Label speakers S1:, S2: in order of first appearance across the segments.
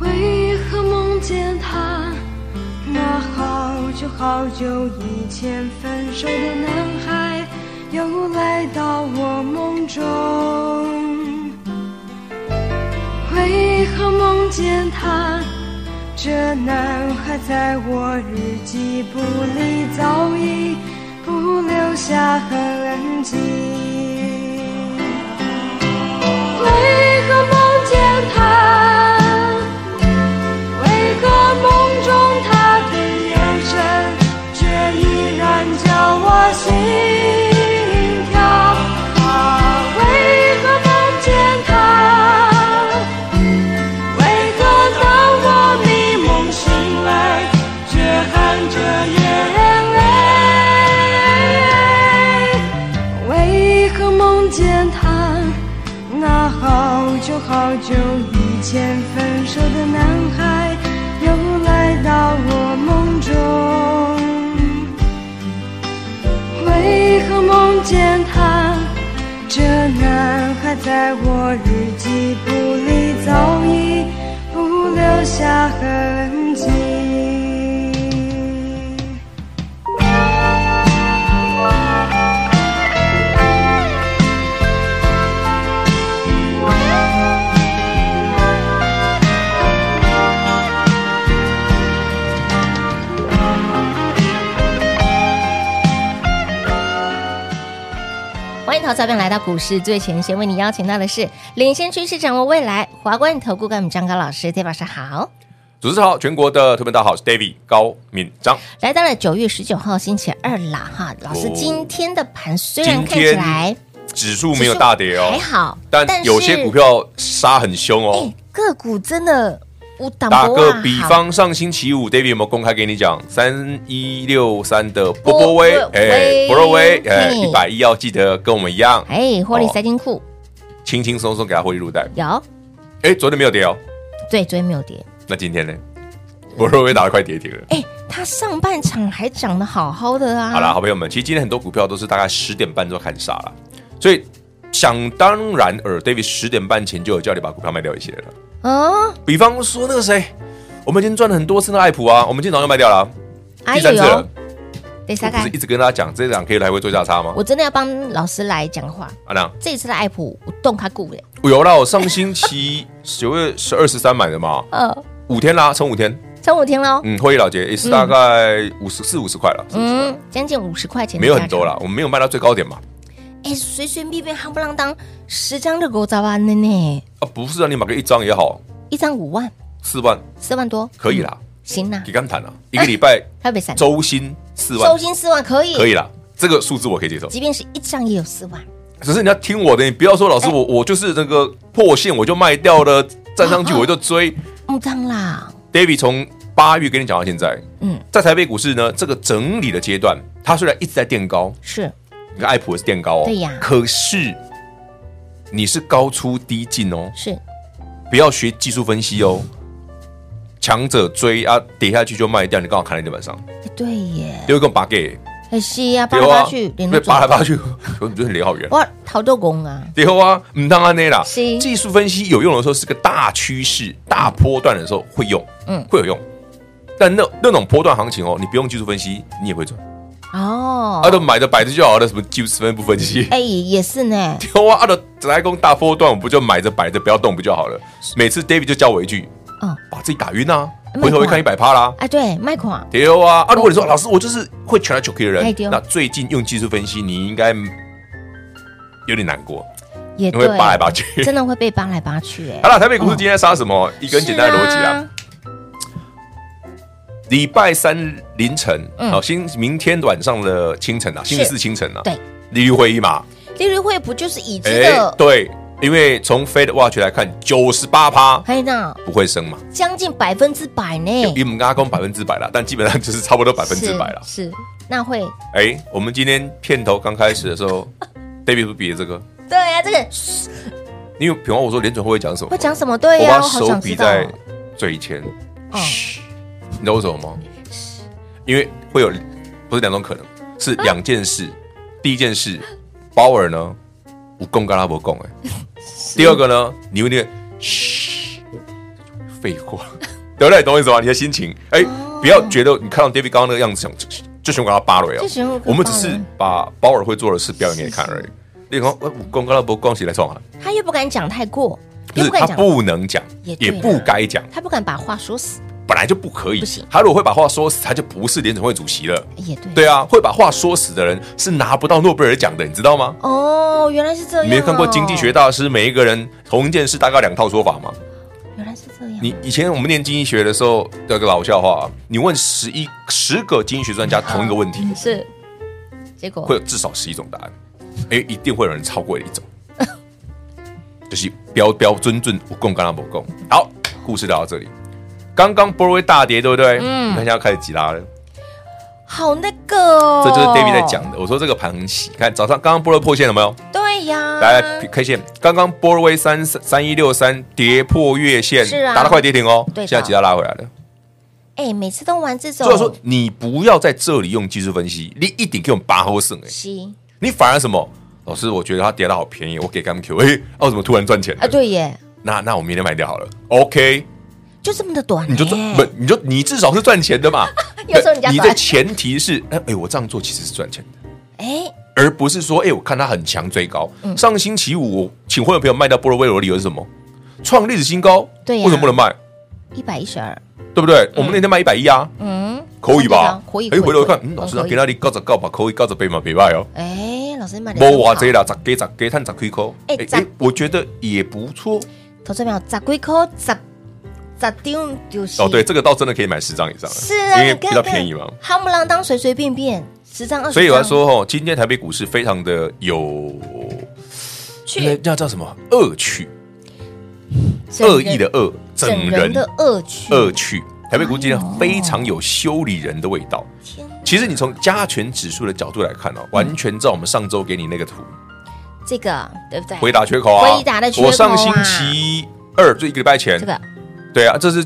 S1: 为何梦见他？那好久好久以前分手的男孩，又来到我梦中。为何梦见他？这男孩在我日记簿里早已不留下痕迹。为何梦见他？为何梦中他的眼神却依然叫我心跳？啊，为何梦见他？为何当我迷梦醒来，却含着眼泪？为何梦见他？那好久好久以前分手的男孩，又来到我梦中。为何梦见他？这男孩在我日记簿里早已不留下痕迹。
S2: 欢迎投资朋友来到股市最前线，为你邀请到的是领先趋势、掌握未来华冠投顾干部张高老师，大家晚上好。
S3: 主持人好，全国的特别大家好，我是 David 高敏章。
S2: 来到了九月十九号星期二啦，哈，老师
S3: 哦
S2: 今天的盘虽然
S3: 今
S2: 看起
S3: 天
S2: 来
S3: 指数没有大跌哦，
S2: 还好，
S3: 但
S2: 是
S3: 有些股票杀很凶哦
S2: 哎。个股真的我挡
S3: 打
S2: 不
S3: 个
S2: 啊
S3: 比，
S2: 好
S3: 方，上星期五，David 有没有公开给你讲三一六三的波
S2: 波
S3: 波威？
S2: 威
S3: 哎，波若威，哎，
S2: 嘿
S3: 一百一要记得跟我们一样，
S2: 哎，获利
S3: 哦
S2: 塞金库
S3: 轻轻松松给他获利入袋。
S2: 有，
S3: 哎，昨天没有跌哦，
S2: 对，昨天没有跌，
S3: 那今天呢？波若威打得快跌停了。
S2: 哎，它上半场还涨得好好的啊，
S3: 好啦，好朋友们，其实今天很多股票都是大概十点半之后砍杀了，所以想当然尔，David 十点半前就有叫你把股票卖掉一些了。
S2: 嗯，
S3: 比方说那个谁，我们已经赚了很多次的爱普啊，我们今天早上就卖掉了、啊，
S2: 哎
S3: 第三次了
S2: 呦，。得大
S3: 我不是
S2: 概
S3: 一，直跟大家讲，这两可以来回做价差吗？
S2: 我真的要帮老师来讲话，
S3: 阿亮，
S2: 这一次的爱普我动他股了，
S3: 我有啦，我上星期九月十二、十三买的嘛，
S2: 呃，
S3: 五天啦，撑五天，
S2: 撑五天喽，
S3: 嗯，会议老结也是大概五十四、五十块了，嗯，
S2: 嗯，将近五十块钱，
S3: 没有很多啦，，我们没有卖到最高点嘛，
S2: 哎，随随便便夯不啷当十张就给我砸完了呢，
S3: 啊，不是啊，你买个一张也好，
S2: 一张五万，
S3: 四万
S2: 四万多，嗯
S3: 可以啦，
S2: 行啦
S3: 你，刚谈了一个礼拜
S2: 台北三
S3: 周薪四
S2: 收
S3: 万，
S2: 哎薪四万可以，
S3: 可以啦，这个数字我可以接受。
S2: 即便是一张也有四万，
S3: 只是你要听我的，你不要说老师
S2: 哎
S3: 我我就是那个破线我就卖掉了，站上去
S2: 啊啊
S3: 我 就追。
S2: 五张啦，
S3: David 从八月跟你讲到现在，
S2: 嗯，
S3: 在台北股市呢这个整理的阶段，它虽然一直在垫高，
S2: 是
S3: 你看爱普也是垫高哦，
S2: 对呀
S3: 可是你是高出低进哦，
S2: 是，
S3: 不要学技术分析哦。强者追啊，跌下去就卖掉，你刚好砍在地板上，
S2: 哎对耶，
S3: 又一个 bug，
S2: 哎是啊，扒来扒去，连
S3: 对，
S2: 着
S3: 扒来扒去， 我觉得脸好圆。
S2: 哇，逃豆工啊，
S3: 对啊，唔当安内啦。
S2: 是
S3: 技术分析有用的时候是个大趋势、大波段的时候会用，
S2: 嗯
S3: 嗯，会有用。但那那种波段行情哦，你不用技术分析，你也会赚。
S2: 哦
S3: 阿，德买的摆着就好了，什么技术分不分析？
S2: 哎也是呢，
S3: 对啊，阿德来攻大波段，我不就买着摆着不要动不就好了？每次 David 就教我一句，
S2: 嗯，
S3: 把自己打晕啊，
S2: 没错
S3: 回头一看一百趴啦。
S2: 哎对，卖款
S3: 对啊，啊，如果你说老师我就是会全来九 K 的
S2: 哎
S3: 人
S2: 对哦，
S3: 那最近用技术分析，你应该有点难过，
S2: 也
S3: 因为
S2: 哎对，
S3: 扒来扒去。
S2: 真的会被扒来扒去哎
S3: 好，了，台北股市今天在杀什么？一
S2: 一
S3: 个很简单的逻辑啦。，
S2: 啊
S3: 礼拜三凌晨，
S2: 嗯
S3: 好，星明天晚上的清晨啊，星期
S2: 是
S3: 四清晨啊，
S2: 对，
S3: 利率会议嘛，
S2: 利率会不就是已知的
S3: 对，因为从 Fed Watch 来看，九十八趴
S2: 嘿呐，
S3: 不会升嘛，
S2: 将近百分之百呢，
S3: 因为我们刚刚讲百分之百了，但基本上就是差不多百分之百了。
S2: 是，是那会
S3: 哎，我们今天片头刚开始的时 候，David 不是比了这个，
S2: 对啊，这个
S3: 因为比方我说联准会会讲什么
S2: 会？讲什么？对
S3: 我
S2: 哎呀、
S3: 把
S2: 我好
S3: 手
S2: 想
S3: 比
S2: 知道哦。
S3: 在嘴前，
S2: 哦
S3: 嘘，你知道为什么吗？因为会有不是两种可能，是两件事。第一件事，鲍尔呢无供跟拉伯供 哎。第二个呢，你会那个嘘，废 话，对不对？懂我意思吗？你的心情，哎，
S2: 哦
S3: 不要觉得你看到 David 刚刚那个样子想，就想跟他扒了呀
S2: 就想跟他。
S3: 我们只是把鲍尔会做的事表演给你看而已
S2: 是。
S3: 你讲，我供跟拉伯供起来创啊，
S2: 他又不敢讲太过，
S3: 就
S2: 又
S3: 是
S2: 不敢
S3: 他
S2: 讲，
S3: 不能讲，
S2: 也对
S3: 也
S2: 啦
S3: 不该讲。
S2: 他不敢把话说死，
S3: 本来就不可以
S2: 不行。
S3: 他如果会把话说死，他就不是联准会主席了。
S2: 哎也对。
S3: 对啊，会把话说死的人是拿不到诺贝尔奖的，你知道吗？
S2: 哦，原来是这样、哦。
S3: 你没看过经济学？大师每一个人同一件事大概两套说法吗？
S2: 原来是这样。
S3: 你以前我们念经济学的时候，有个老笑话、啊，你问十一十个经济学专家同一个问题，
S2: 是，结果
S3: 会有至少十一种答案，因为一定会有人超过一种， 就是标标尊尊无共跟他不共。好，故事聊到这里。刚刚波瑞大跌，对不对？嗯，你看现在开始急拉了。
S2: 好那个哦。
S3: 这就是 David 在。讲的。我说这个盘很洗，看早上刚刚波罗破线了没有？
S2: 对呀。
S3: 来来 K 线，刚刚波罗威三三一六三跌破月线，
S2: 是啊
S3: 打到快跌停哦。
S2: 对的
S3: 现在急拉拉回来了。
S2: 哎，每次都玩这种。
S3: 所以说你不要在这里用技术分析，你一定给我们拔后胜哎，
S2: 吸
S3: 你反而什么？老师，我觉得它跌的好便宜，我给刚 Q，哎，啊我怎么突然赚钱了？
S2: 啊，对耶，
S3: 那那我明天买掉好了。OK，
S2: 就这么的短耶。。
S3: 你就赚不，你就你至少是赚钱的嘛
S2: 又说人家
S3: 你
S2: 短
S3: 的前提是，哎哎，我这样做其实是赚钱的。
S2: 哎，
S3: 而不是说，哎、我看它很强，追高。
S2: 嗯
S3: 上星期五，我请会员朋友卖掉波罗威罗的理由是什么？创历史新高，
S2: 对呀
S3: 为什么不能卖？
S2: 一百一十二。
S3: 对不对？我们那天卖一百一啊，
S2: 嗯，
S3: 可以吧？
S2: 可以。
S3: 哎，回头看，嗯，
S2: 嗯
S3: 老师，
S2: 可
S3: 那
S2: 以
S3: 给那里高十高吧，可以高十倍嘛，别卖哦。
S2: 哎，老师买的
S3: 没哇这啦，十给十给，探十亏扣。
S2: 哎
S3: 哎
S2: 十
S3: 哎，我觉得也不错
S2: 投资朋友十几颗十十张就是
S3: 哦。对，，这个倒真的可以买十张以上了，
S2: 是啊，
S3: 因为
S2: 你看
S3: 比较
S2: 看
S3: 便宜嘛。
S2: 夯不啷当随随便便十张二十，
S3: 所以我要说哦，今天台北股市非常的有，那
S2: 去
S3: 那叫什么恶趣，
S2: 整人
S3: 恶意的恶，整
S2: 整
S3: 人
S2: 人的恶趣
S3: 恶趣。台北股今
S2: 哦
S3: 天非常有修理人的味道。
S2: 天哪
S3: 其实你从加权指数的角度来看
S2: 嗯
S3: 哦，完全照我们上周给你那个图
S2: 这个对不对？
S3: 回答缺口啊，
S2: 回答的缺口啊
S3: 我上星期二就一个礼拜前
S2: 这，个
S3: 对啊，这是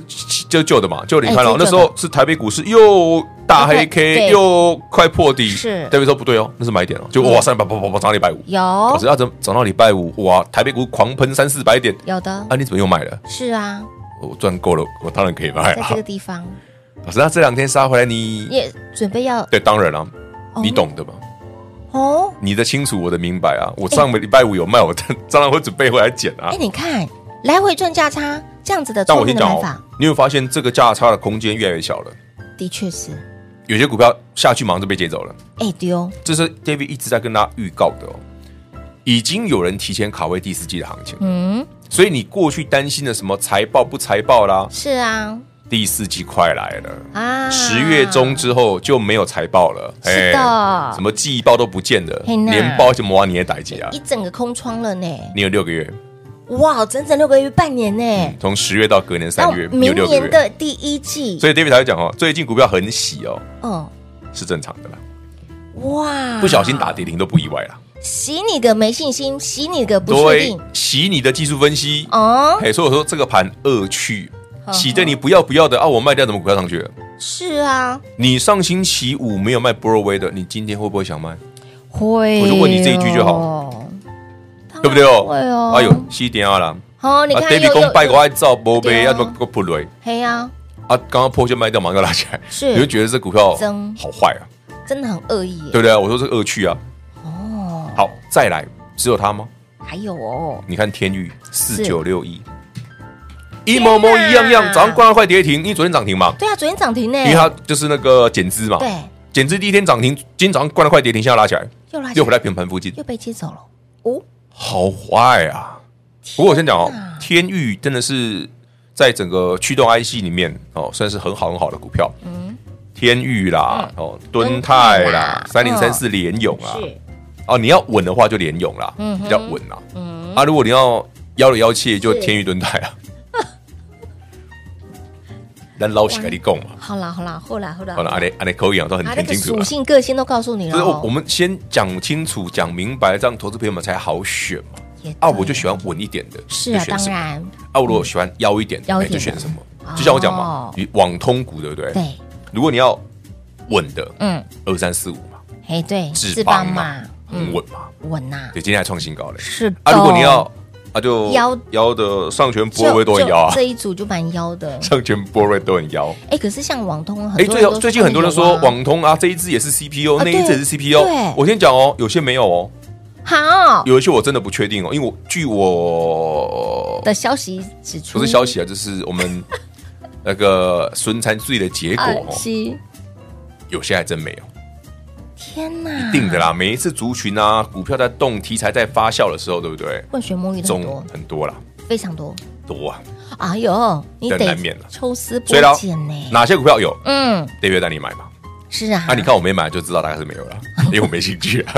S3: 就旧的嘛，旧的你看
S2: 哎
S3: 哦，
S2: 这
S3: 那
S2: 是
S3: 时
S2: 旧的
S3: 候是台北股市又大黑
S2: 对对
S3: K 又快破底，
S2: 是
S3: 台北说不对哦，那是买点哦，就
S2: 嗯哦
S3: 哇三百八八八涨到礼拜五，
S2: 有
S3: 可是要涨涨到礼拜五，哇台北股狂喷三四百点，
S2: 有的
S3: 啊你怎么又买了？
S2: 是啊，
S3: 我赚够了，我当然可以买
S2: 在
S3: 啊
S2: 这个。地方
S3: 老师，那这两天杀回来你
S2: 也准备要
S3: 对，当然啦、
S2: 哦
S3: 你懂的嘛，
S2: 哦。
S3: 你的清楚，我的明白啊。我上个礼拜五有卖，我当 当然会准备回来捡啊
S2: 哎，。你看来回赚价差这样子的
S3: 但我
S2: 聪
S3: 先
S2: 明的玩
S3: 讲哦
S2: 法，，
S3: 你有发现这个价差的空间越来越小了，
S2: 的确是
S3: 有些股票下去马上就被接走了。
S2: 哎丢
S3: 这是 David 一直在跟大家预告的哦，已经有人提前卡位第四季的行情，
S2: 嗯
S3: 所以你过去担心的什么财报不财报啦，
S2: 是啊
S3: 第四季快来了。
S2: 啊
S3: 十月中之后就没有财报了，哎
S2: 是的
S3: 什么季报都不见了，
S2: 嘿呐
S3: 年报就摩你也逮起啊
S2: 一！整个空窗了呢，
S3: 你有六个月，
S2: 哇，整整六个月半年呢，
S3: 从十月到隔年
S2: 到
S3: 嗯三月，你有
S2: 哦明
S3: 六个
S2: 年
S3: 月。
S2: 的第一季，
S3: 所以 David 才会讲哦，最近股票很喜哦，
S2: 哦
S3: 是正常的啦，
S2: 哇，
S3: 不小心打跌停都不意外啦。
S2: 洗你个没信心，洗你个不确
S3: 对
S2: 定，
S3: 洗你的技术分析，
S2: 哦，
S3: 哎，所以我说这个盘恶趣，
S2: 呵
S3: 洗的你不要不要的啊，我卖掉怎么股票上去了？
S2: 是啊，
S3: 你上星期五没有卖 Broadway 的，你今天会不会想
S2: 哦
S3: 卖？
S2: 会哦，
S3: 我就问你这一句就好对不对
S2: 当然会哦，
S3: 哦，哎呦，西点二啦，
S2: 哦，你
S3: 啊
S2: 看
S3: ，David 公拜个，爱照波
S2: 对
S3: 杯，
S2: 啊
S3: 要不个普雷
S2: 嘿呀，
S3: 啊，刚刚破线卖掉，马上就拉起来，
S2: 是
S3: 你就觉得这股票
S2: 增
S3: 好坏啊，
S2: 真的很恶意耶，
S3: 对不对？我说这个恶趣啊。哦，好，再来，只有它吗？
S2: 还有哦，
S3: 你看天宇四九六一，一模模一样样，早上关了快跌停，因为昨天涨停嘛，
S2: 对啊，昨天涨停呢，
S3: 因为它就是那个减资嘛，
S2: 对，
S3: 减资第一天涨停，今天早上关了快跌停，现在拉起来，
S2: 又来
S3: 又回来平盘附近，
S2: 又被接走了，哦，
S3: 好坏啊！不过我先讲哦
S2: 天哪，
S3: 天宇真的是在整个驱动 IC 里面哦，算是很好很好的股票，天宇啦，哦，敦泰啦，
S2: 敦泰
S3: 三零
S2: 啦
S3: 三四联勇啊，
S2: 是，
S3: 哦，你要稳的话就联勇啦，
S2: 嗯哼
S3: 比较稳啦，
S2: 嗯，
S3: 啊，如果你要幺的幺七，就天域蹲 台啊。咱老实跟你讲嘛，
S2: 好啦好啦，后来后来
S3: 好了，阿雷阿雷口音都很
S2: 啊，那
S3: 很
S2: 个
S3: 清楚
S2: 属
S3: 了。
S2: 性个性都告诉你
S3: 不
S2: 了
S3: 是
S2: 哦
S3: 我，，我们先讲清楚、讲明白，这样投资朋友们才好选嘛。
S2: 也
S3: 啊，
S2: 对
S3: 我就喜欢稳一点的，
S2: 是啊，
S3: 就选
S2: 当
S3: 什么
S2: 然
S3: 啊，我如果喜欢腰一点，
S2: 腰一
S3: 哎就
S2: 点的
S3: 选什么
S2: 哦？
S3: 就像我讲嘛，你网通股对不对？
S2: 对，
S3: 如果你要稳的，
S2: 嗯，
S3: 二三四五嘛，
S2: 哎对，
S3: 智
S2: 邦
S3: 邦嘛，很
S2: 嗯，
S3: 稳嘛，
S2: 稳呐，
S3: 对，今天还创新高嘞。
S2: 是的
S3: 啊，如果你要啊，就
S2: 哦腰
S3: 腰的上权
S2: 就
S3: 波瑞都很腰啊，
S2: 就，这一组就蛮妖的
S3: 上权波瑞都很腰。
S2: 哎，可是像网通，
S3: 哎，
S2: 很多
S3: 最
S2: 人都
S3: 最近很多人
S2: 有
S3: 说
S2: 啊
S3: 网通啊，这一支也是 CPU，
S2: 啊
S3: 那一支也
S2: 对
S3: 是 CPU
S2: 对。
S3: 我先讲哦，有些没有哦，
S2: 好
S3: 有一些我真的不确定哦，因为我据我
S2: 的消息指出，
S3: 不是消息啊，就是 我们那个孙参罪的结果
S2: 啊，
S3: 哦，
S2: 七，
S3: 有些还真没有。
S2: 天哪，
S3: 定的啦，每一次族群啊，股票在动，题材在发酵的时候，对不对？
S2: 混血摸鱼的很
S3: 总
S2: 多，
S3: 很多啦，
S2: 非常多，
S3: 多啊，
S2: 哎呦，你
S3: 这
S2: 得
S3: 难免了
S2: 抽丝
S3: 所以啦
S2: 剥茧呢，
S3: 哪些股票有？
S2: 嗯，
S3: 对月带你买嘛？
S2: 是啊，
S3: 啊，你看我没买就知道大概是没有了， 因为我没兴趣啊，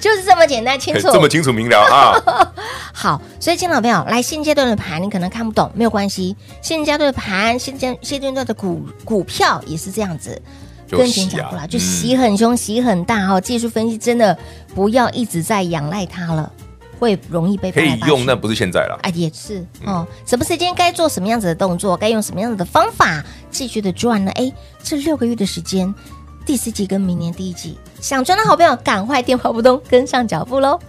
S2: 就是这么简单清楚，
S3: 哎这么清楚明 了啊。
S2: 好，所以，亲老朋友，来现阶段的盘你可能看不懂，没有关系。现阶段的盘，现阶现阶段的股股票也是这样子，
S3: 就
S2: 跟
S3: 洗
S2: 您
S3: 啊
S2: 讲过了，
S3: 嗯
S2: 就洗很凶，洗很大哈、哦。技术分析真的不要一直在仰赖它了，会容易被
S3: 可
S2: 扒来
S3: 以
S2: 扒
S3: 用，嗯
S2: 去
S3: 但不是现在啦。
S2: 啊，也是哦，什么时间该做什么样子的动作，该用什么样子的方法继续的赚呢？哎，这六个月的时间，第四季跟明年第一季，想赚的好朋友赶快电话不通，跟上脚步喽。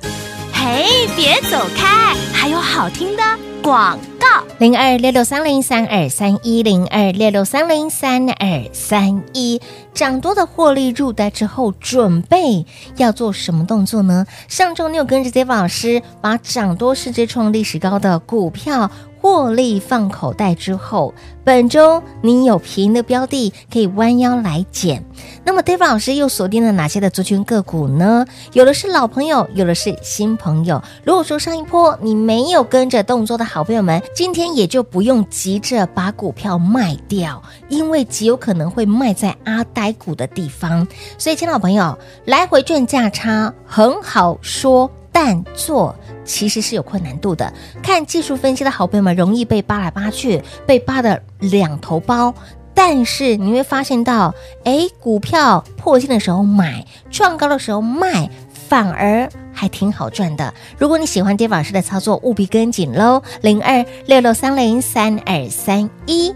S4: 嘿，别走开，还有好听的广告。
S2: 零二六六三零三二三一零二六六三零三二三一，涨多的获利入袋之后，准备要做什么动作呢？上周你有跟着 Dave 老师把涨多世界创历史高的股票获利放口袋之后，本周你有便宜的标的可以弯腰来捡。那么 Dave 老师又锁定了哪些的族群个股呢？有的是老朋友，有的是新朋友。如果说上一波你没有跟着动作的好朋友们，今天也就不用急着把股票卖掉，因为极有可能会卖在阿呆股的地方。所以，亲老朋友，来回赚价差很好说，但做。其实是有困难度的，看技术分析的好朋友们容易被扒来扒去，被扒的两头包。但是你会发现到，哎，股票破线的时候买，创高的时候卖，反而还挺好赚的。如果你喜欢 Dave 老师的操作，务必跟紧喽，零二六六三零三二三一。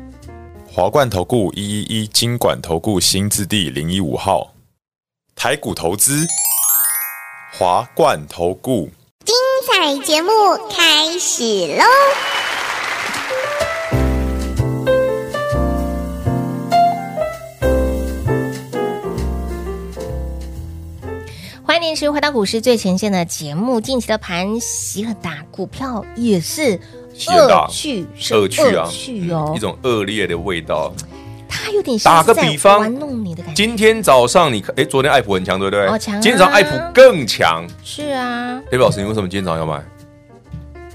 S5: 华冠投顾一一一金管投顾新字第零一五号，台股投资，华冠投顾。
S6: 彩节目开始喽！
S2: 欢迎您持续回到股市最前线的节目。近期的盘洗很大，股票也是
S3: 洗很大
S2: 恶趣，是
S3: 恶趣啊
S2: 恶趣哦
S3: 嗯一，种恶劣的味道。
S2: 它有点
S3: 打
S2: 像
S3: 个
S2: 是在
S3: 比方
S2: 玩弄你的感觉。
S3: 今天早上你看，哎，昨天爱普很强，对不对
S2: 哦？强啊
S3: 今天早上爱普更强。
S2: 是啊，
S3: 代表老师，你为什么今天早上要买？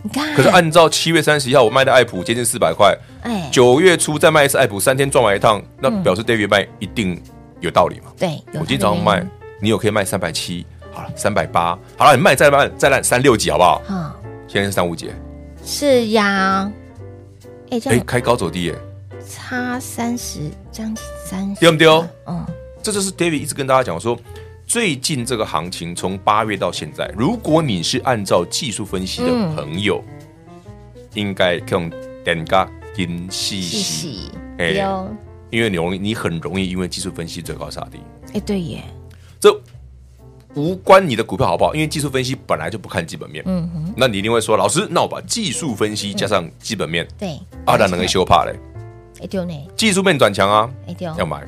S2: 你看，
S3: 可是按照七月三十一号我卖的爱普接近四百块，
S2: 哎，
S3: 九月初再卖一次爱普，三天赚完一趟，那表示 David 卖一定有道理嘛？
S2: 对，有
S3: 我今
S2: 它
S3: 天
S2: 的
S3: 早上
S2: 原因
S3: 卖，你有可以卖三百七，好了，三百八，好了，你卖再卖再卖三六几好不好？
S2: 啊，
S3: 现在是三五几，
S2: 是呀，哎，这
S3: 哎，
S2: 样
S3: 开高走低耶，
S2: 差三十，将近三十，
S3: 丢不丢？
S2: 嗯，
S3: 这就是 David 一直跟大家讲说，最近这个行情从八月到现在，如果你是按照技术分析的朋友，应该用点加金细
S2: 谢
S3: 细，
S2: 谢，
S3: 哎
S2: 丢，
S3: 因为你容易，你很容易因为技术分析追高杀低，
S2: 哎，对耶，
S3: 这无关你的股票好不好，因为技术分析本来就不看基本面。
S2: 嗯哼，
S3: 那你一定会说，老师，那我把技术分析加上基本面，啊
S2: 对，
S3: 阿然能够，修怕嘞，
S2: 哎丢呢，
S3: 技术面转强啊，
S2: 哎丢，
S3: 要买，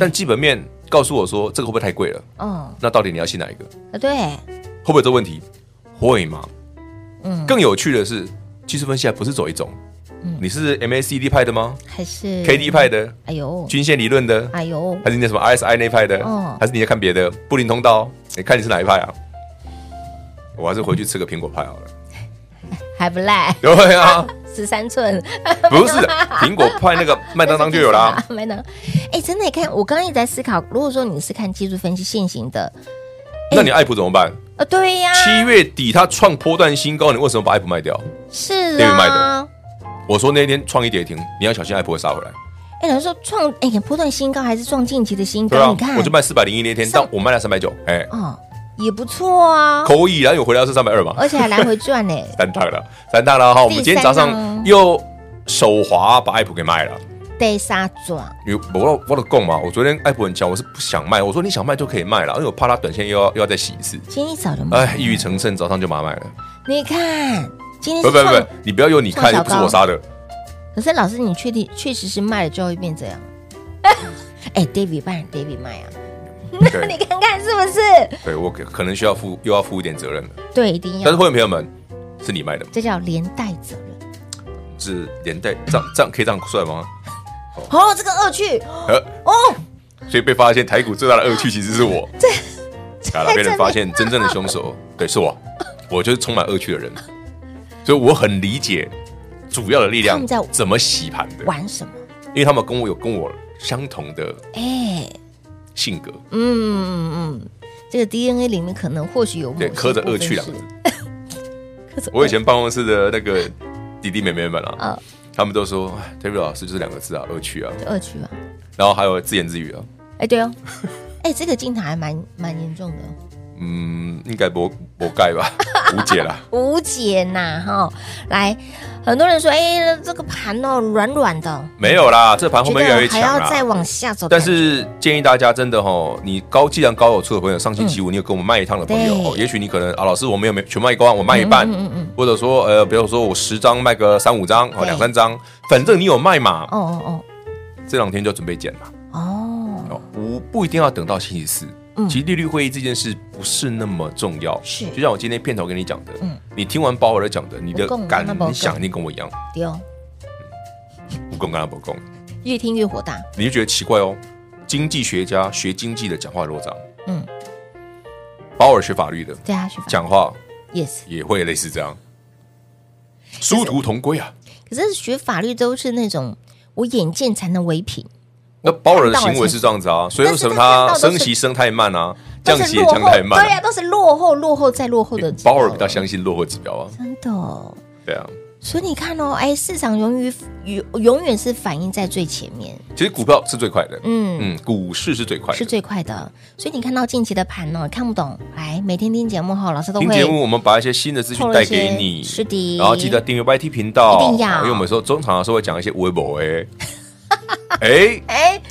S3: 但基本面告诉我说这个会不会太贵了？
S2: 哦，
S3: 那到底你要信哪一个？会
S2: 啊对，
S3: 不会有这问题？会吗？
S2: 嗯，
S3: 更有趣的是，技术分析还不是走一种，你是 MACD 派的吗
S2: 还是
S3: ？KD 派，的？
S2: 哎呦，
S3: 均线理论的？
S2: 哎呦，
S3: 还是你的什么 RSI 那一派的
S2: 哦？
S3: 还是你在看别的布林通道？你看你是哪一派啊？我还是回去吃个苹果派好了。
S2: 还不赖，
S3: 对啊，
S2: 十三寸，
S3: 不是苹果派那个麦当当就 有啦。
S2: 麦当当，哎，真的，你看，我刚刚一直在思考，如果说你是看技术分析现行的，
S3: 那你爱普怎么办？
S2: 呃，对呀，
S3: 七月底它创波段新高，你为什么把 App 卖掉？
S2: 是
S3: 对于卖
S2: 啊
S3: 的。我说那天创意跌停，你要小心 App 会杀回来。
S2: 哎，有人说创哎呀，波段新高还是创近期的新
S3: 对
S2: 高？
S3: 啊
S2: 你看，
S3: 我就卖四百零一那天，
S2: 上
S3: 但我卖了三百九，哎，
S2: 哦，也不错啊，
S3: 口以然有回来是三百二嘛，
S2: 而且还来回赚呢。
S3: 三趟了，三趟了哈。我们今天早
S2: 第三趟
S3: 上
S2: 哦
S3: 又手滑把 App 给卖了。
S2: 得杀爪，
S3: 因为我我的供嘛，我昨天 App 很强，我是不想卖，我说你想卖就可以卖了，因为我怕它短线又要又要再洗一次。
S2: 今天一早就买。
S3: 哎，一语成谶，早上就把它卖了。
S2: 你看，今天
S3: 不
S2: 是
S3: 不不
S2: 创，，
S3: 你不要用你
S2: 创
S3: 看，
S2: 小
S3: 又不是我 杀的。
S2: 可是老师，你确定确实是卖了之后会变这样？ 哎，David 卖，David 卖啊， 那你
S3: 对，
S2: 看看是不是？
S3: 对我可可能需要负又要负一点责任了。
S2: 对，一定
S3: 但是
S2: 要，
S3: 会员朋友们，是你卖的，
S2: 这叫连带责任。
S3: 是连带这样这样可以这样算吗？
S2: 哦，这个恶趣
S3: 呃，
S2: 哦，
S3: 所以被发现台股最大的恶趣其实是我。好了，被人发现真正的凶手，对，是我，我就是充满恶趣的人，所以我很理解主要的力
S2: 他
S3: 量
S2: 们在
S3: 怎么洗盘的，
S2: 玩什么？
S3: 因为他们跟我有跟我相同的
S2: 哎，
S3: 性格，
S2: 嗯嗯嗯，这个 DNA 里面可能或许有某
S3: 对，
S2: 些
S3: 刻着
S2: 部分
S3: 恶趣两
S2: 是
S3: 个字。
S2: 刻着恶
S3: 我以前办公室的那个弟弟妹妹们啊
S2: 嗯，
S3: 他们都说哎 David 老师就是两个字啊，恶趣啊，
S2: 就恶趣啊。
S3: 然后还有自言自语啊，
S2: 哎，对哦，哎，这个镜头还蛮蛮严重的哦。
S3: 嗯，应该不不盖吧， 无解啦。
S2: 无解呐哈。来，很多人说，哎，这个盘哦软软的，
S3: 没 有啦，这盘后
S2: 觉
S3: 面越来
S2: 得
S3: 越
S2: 还
S3: 强
S2: 要再
S3: 啦。
S2: 往下走。
S3: 但是建议大家真的吼，你高既然高有出的朋友，上星期五你有跟我们卖一趟的朋友
S2: 对
S3: 哦，也许你可能啊，老师我没有没全卖光，我卖一半
S2: 嗯嗯嗯嗯，
S3: 或者说呃，比如说我十张卖个三五张哦，
S2: 对
S3: 两三张，反正你有卖嘛，
S2: 哦哦
S3: 这两天就准备减嘛，
S2: 哦哦，
S3: 哦，不不一定要等到星期四。其实利率会议这件事不是那么重要，
S2: 嗯是
S3: 就像我今天片头跟你讲的
S2: 嗯，
S3: 你听完鲍尔讲的，你的
S2: 不共
S3: 感
S2: 那不共
S3: 你想一定跟我一样，
S2: 丢、哦，
S3: 不共跟他不共，
S2: 越听越火大。
S3: 你就觉得奇怪哦。经济学家学经济的讲话落掌，
S2: 嗯，
S3: 鲍尔学法律的
S2: 对啊，徐凡
S3: 讲话
S2: ，yes。
S3: 也会类似这样，殊途同归啊。
S2: 可是学法律都是那种我眼见才能为凭，
S3: 那鲍尔的行为是这样子啊，所以为什么他升息升太慢啊，
S2: 都
S3: 降
S2: 是
S3: 息也
S2: 落
S3: 降
S2: 后，
S3: 太慢
S2: 对呀、
S3: 啊？
S2: 都是落后、落后再落后的啊指标。
S3: 鲍尔比较相信落后指标啊，
S2: 真的哦、
S3: 对啊。
S2: 所以你看哦，哎，市场永远永永远是反映在最前面，
S3: 其实股票是最快的，
S2: 嗯
S3: 嗯，股市是最快的，
S2: 是最快的。所以你看到近期的盘呢、看不懂，来每天听节目后，老师都
S3: 听
S2: 会
S3: 节目，我们把一些新的资讯带给你，
S2: 是的
S3: 然后记得订阅 YT 频道，
S2: 一定要
S3: 因为我们说中场的时候会讲一些微博 哎，哎
S2: 哎，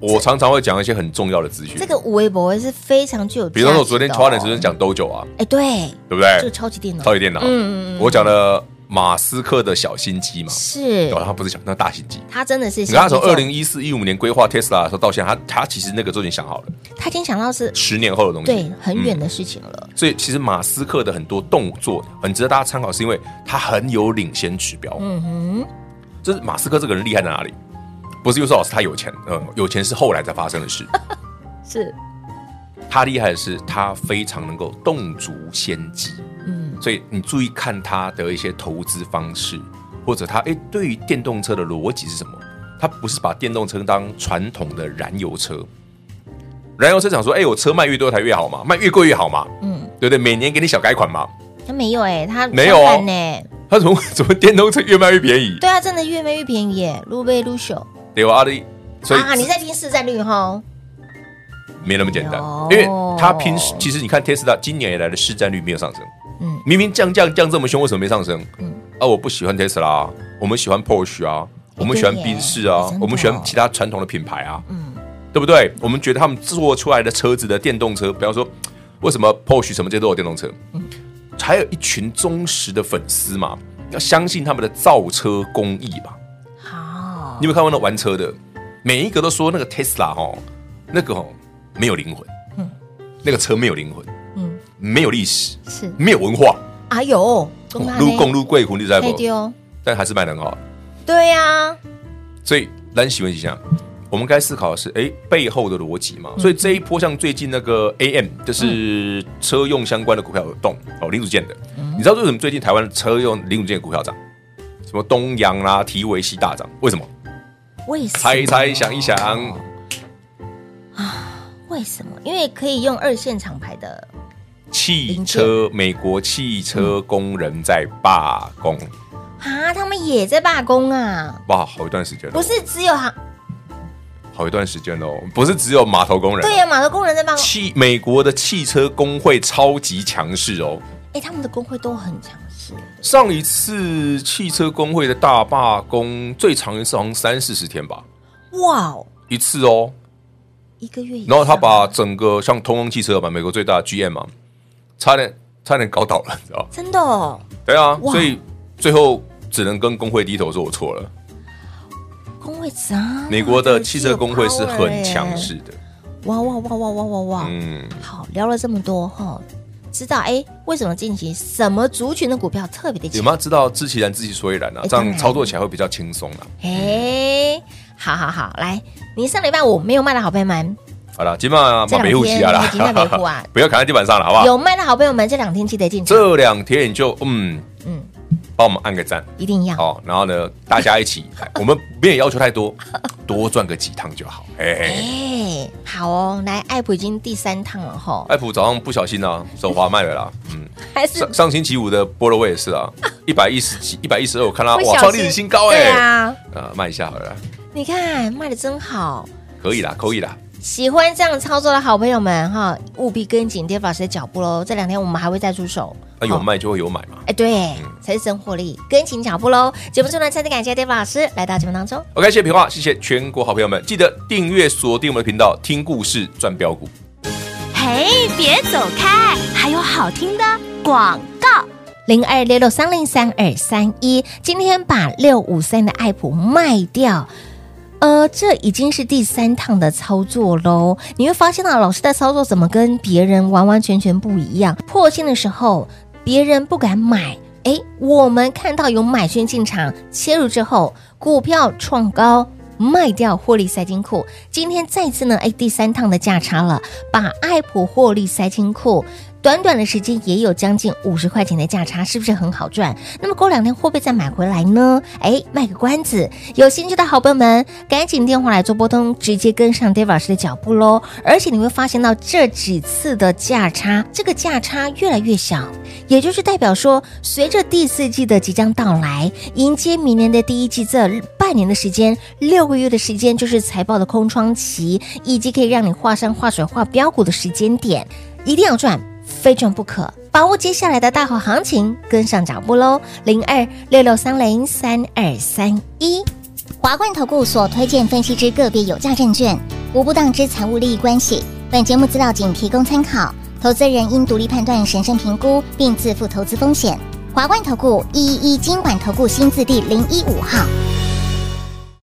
S3: 我常常会讲一些很重要的资讯
S2: 这，个五微博是非常具有价值
S3: 比
S2: 的哦、
S3: 方说我昨天超人时间讲 Dojo 啊，
S2: 哎，对，
S3: 对不
S2: 这个
S3: 对？
S2: 超级电脑
S3: 超级电脑，嗯嗯，我讲了马斯克的小心机嘛，
S2: 是
S3: 哦，他不是小，那大心机。
S2: 他真的是
S3: 你
S2: 小
S3: 看他从
S2: 宇宙
S3: 二零，一四一五年规划 Tesla 的时候到现在，他他其实那个都已经想好了，
S2: 他已经想到是
S3: 十年后的东西，
S2: 对很远
S3: 嗯
S2: 的事情了，
S3: 所以其实马斯克的很多动作很值得大家参考，是因为他很有领先指标。
S2: 嗯哼，
S3: 就是马斯克这个人厉害在哪里？不是又说老师他有钱，嗯，有钱是后来才发生的 事。嗯
S2: 是
S3: 他厉害的是他非常能够洞烛先机，
S2: 嗯
S3: 所以你注意看他的一些投资方式，或者他诶对于电动车的逻辑是什么？他不是把电动车当传统的燃油车，燃油车想说，诶，我车卖越多台越好嘛，卖越贵越好嘛，
S2: 嗯，
S3: 对不对？每年给你小改款嘛，
S2: 他没有哎、他
S3: 没有哦
S2: 相反呢，
S3: 他怎么怎么电动车越卖越便宜？
S2: 对啊，真的越卖越便宜耶，撸呗撸朽
S3: 对吧？阿力，所以
S2: 啊，你在拼市占率哈，
S3: 没那么简单
S2: 哦，
S3: 因为它拼，其实你看 Tesla 今年以来的市占率没有上升，
S2: 嗯
S3: 明明降降降这么凶，为什么没上升？
S2: 嗯
S3: 啊，我不喜欢 Tesla，啊我们喜欢 Porsche 啊，我们喜欢
S2: 对耶
S3: 宾士啊
S2: 真的哦，
S3: 我们喜欢其他传统的品牌啊，
S2: 嗯
S3: 对不对？我们觉得他们做出来的车子的电动车，比方说为什么 Porsche 什么这些都有电动车，
S2: 嗯
S3: 还有一群忠实的粉丝嘛，要相信他们的造车工艺吧。
S2: 好
S3: 你有没有看过那玩车的？每一个都说那个 Tesla 哦，那个哦没有灵魂，那个车没有灵魂，
S2: 嗯
S3: 没有历史，
S2: 是，
S3: 没有文化，
S2: 哎
S3: 哦
S2: 呦，
S3: 路共路贵湖你在
S2: 可以
S3: 不？
S2: 丢，
S3: 但还是卖得很好。
S2: 对呀、啊，
S3: 所以咱喜欢一下，我们该思考的是，哎，背后的逻辑嘛。所以这一波像最近那个 AM，就是车用相关的股票有动哦，零组件的。你知道为什么最近台湾的车用零组件股票涨？什么东阳啦、提维西大涨？为什么？
S2: 为什么？
S3: 猜一猜，想一想，
S2: 为什么？因为可以用二线厂牌的
S3: 汽车美国汽车工人在罢工，
S2: 啊，他们也在罢工啊，
S3: 哇，好一段时间了，
S2: 不是只有行，
S3: 好一段时间喽，不是只有码头工人哦，
S2: 对呀、啊码头工人在罢工，
S3: 汽美国的汽车工会超级强势哦。
S2: 哎、他们的工会都很强势，
S3: 上一次汽车工会的大罢工最长一次好像三四十天吧，
S2: 哇哦，
S3: 一次哦。
S2: 一个月以上，
S3: 然后他把整个像通用汽车吧，美国最大的 GM 嘛，差点差点搞倒了，你知道？
S2: 真的、哦，
S3: 对啊，
S2: 哇
S3: 所以最后只能跟工会低头说，我错了。
S2: 啊工会长，
S3: 美国的汽车工会是
S2: 欸
S3: 很强势，的，
S2: 哇哇哇哇哇哇哇，
S3: 嗯，
S2: 好，聊了这么多哈，知道哎，为什么近期什么族群的股票特别的
S3: 有
S2: 强？
S3: 没有知道知其然，知其所以然啊？
S2: 哎
S3: 这
S2: 当
S3: 样
S2: 然
S3: 操作起来会比较轻松啊啦。
S2: 哎，好好好，来，你上礼拜五没有卖的好朋友们，
S3: 好了，今晚
S2: 这两
S3: 马北户
S2: 天
S3: 起来啦
S2: 已 经在北户啊，
S3: 不要砍在地板上了，好不好？
S2: 有卖的好朋友们，这两天记得进场，
S3: 这两天你就嗯
S2: 嗯
S3: 嗯，帮我们按个赞，
S2: 一定要。
S3: 好，然后呢，大家一起， 哎我们没有要求 太多，多赚个几趟就好。哎、哎，
S2: 哎，好哦，来，艾普已经第三趟了哈，
S3: 艾普早上不小心啊，手滑卖了啦。 嗯，
S2: 还是
S3: 上上星期五的菠萝味也是 啊，一百一十几、一百一十二，我看它
S2: 不
S3: 哇，
S2: 小
S3: 创历
S2: 心
S3: 史新高哎、
S2: 对啊，
S3: 呃，卖一下好了啦，
S2: 你看卖的真好。
S3: 可以啦，可以啦。
S2: 喜欢这样操作的好朋友们哈，务必跟紧 d a v 老师的脚步喽。这两天我们还会再出手，
S3: 那有
S2: 好
S3: 卖就会有买嘛。
S2: 哎，对，
S3: 嗯
S2: 才是真获利，跟紧脚步喽。节目最后呢，再次感谢 Dave 老师来到节目当中。
S3: OK，谢谢平话，谢谢全国好朋友们，记得订阅锁定我们的频道，听故事赚标股。
S4: 嘿，别走开，还有好听的广告。
S2: 零二六六三零三二三一，今天把六五三的爱普卖掉。呃，这已经是第三趟的操作喽。你会发现啊，老师的操作怎么跟别人完完全全不一样？破线的时候，别人不敢买，诶，我们看到有买讯进场，切入之后，股票创高。卖掉获利塞金库，今天再次呢，诶，哎第三趟的价差了，把爱普获利塞金库，短短的时间也有将近五十块钱的价差，是不是很好赚？那么过两天会不会再买回来呢？哎，卖个关子，有兴趣的好朋友们，赶紧电话来做拨通，直接跟上 Dave 老师的脚步喽。而且你会发现到这几次的价差，这个价差越来越小，也就是代表说，随着第四季的即将到来，迎接明年的第一季这半年的时间，六个月的时间就是财报的空窗期，以及可以让你画山画水画标股的时间点，一定要赚，非赚不可。把握接下来的大好行情，跟上脚步喽！零二六六三零三二三一。
S6: 华冠投顾所推荐分析之个别有价证券，无不当之财务利益关系。本节目资料仅提供参考，投资人应独立判断、审慎评估，并自负投资风险。华冠投顾一一一金管投顾新字第零一五号。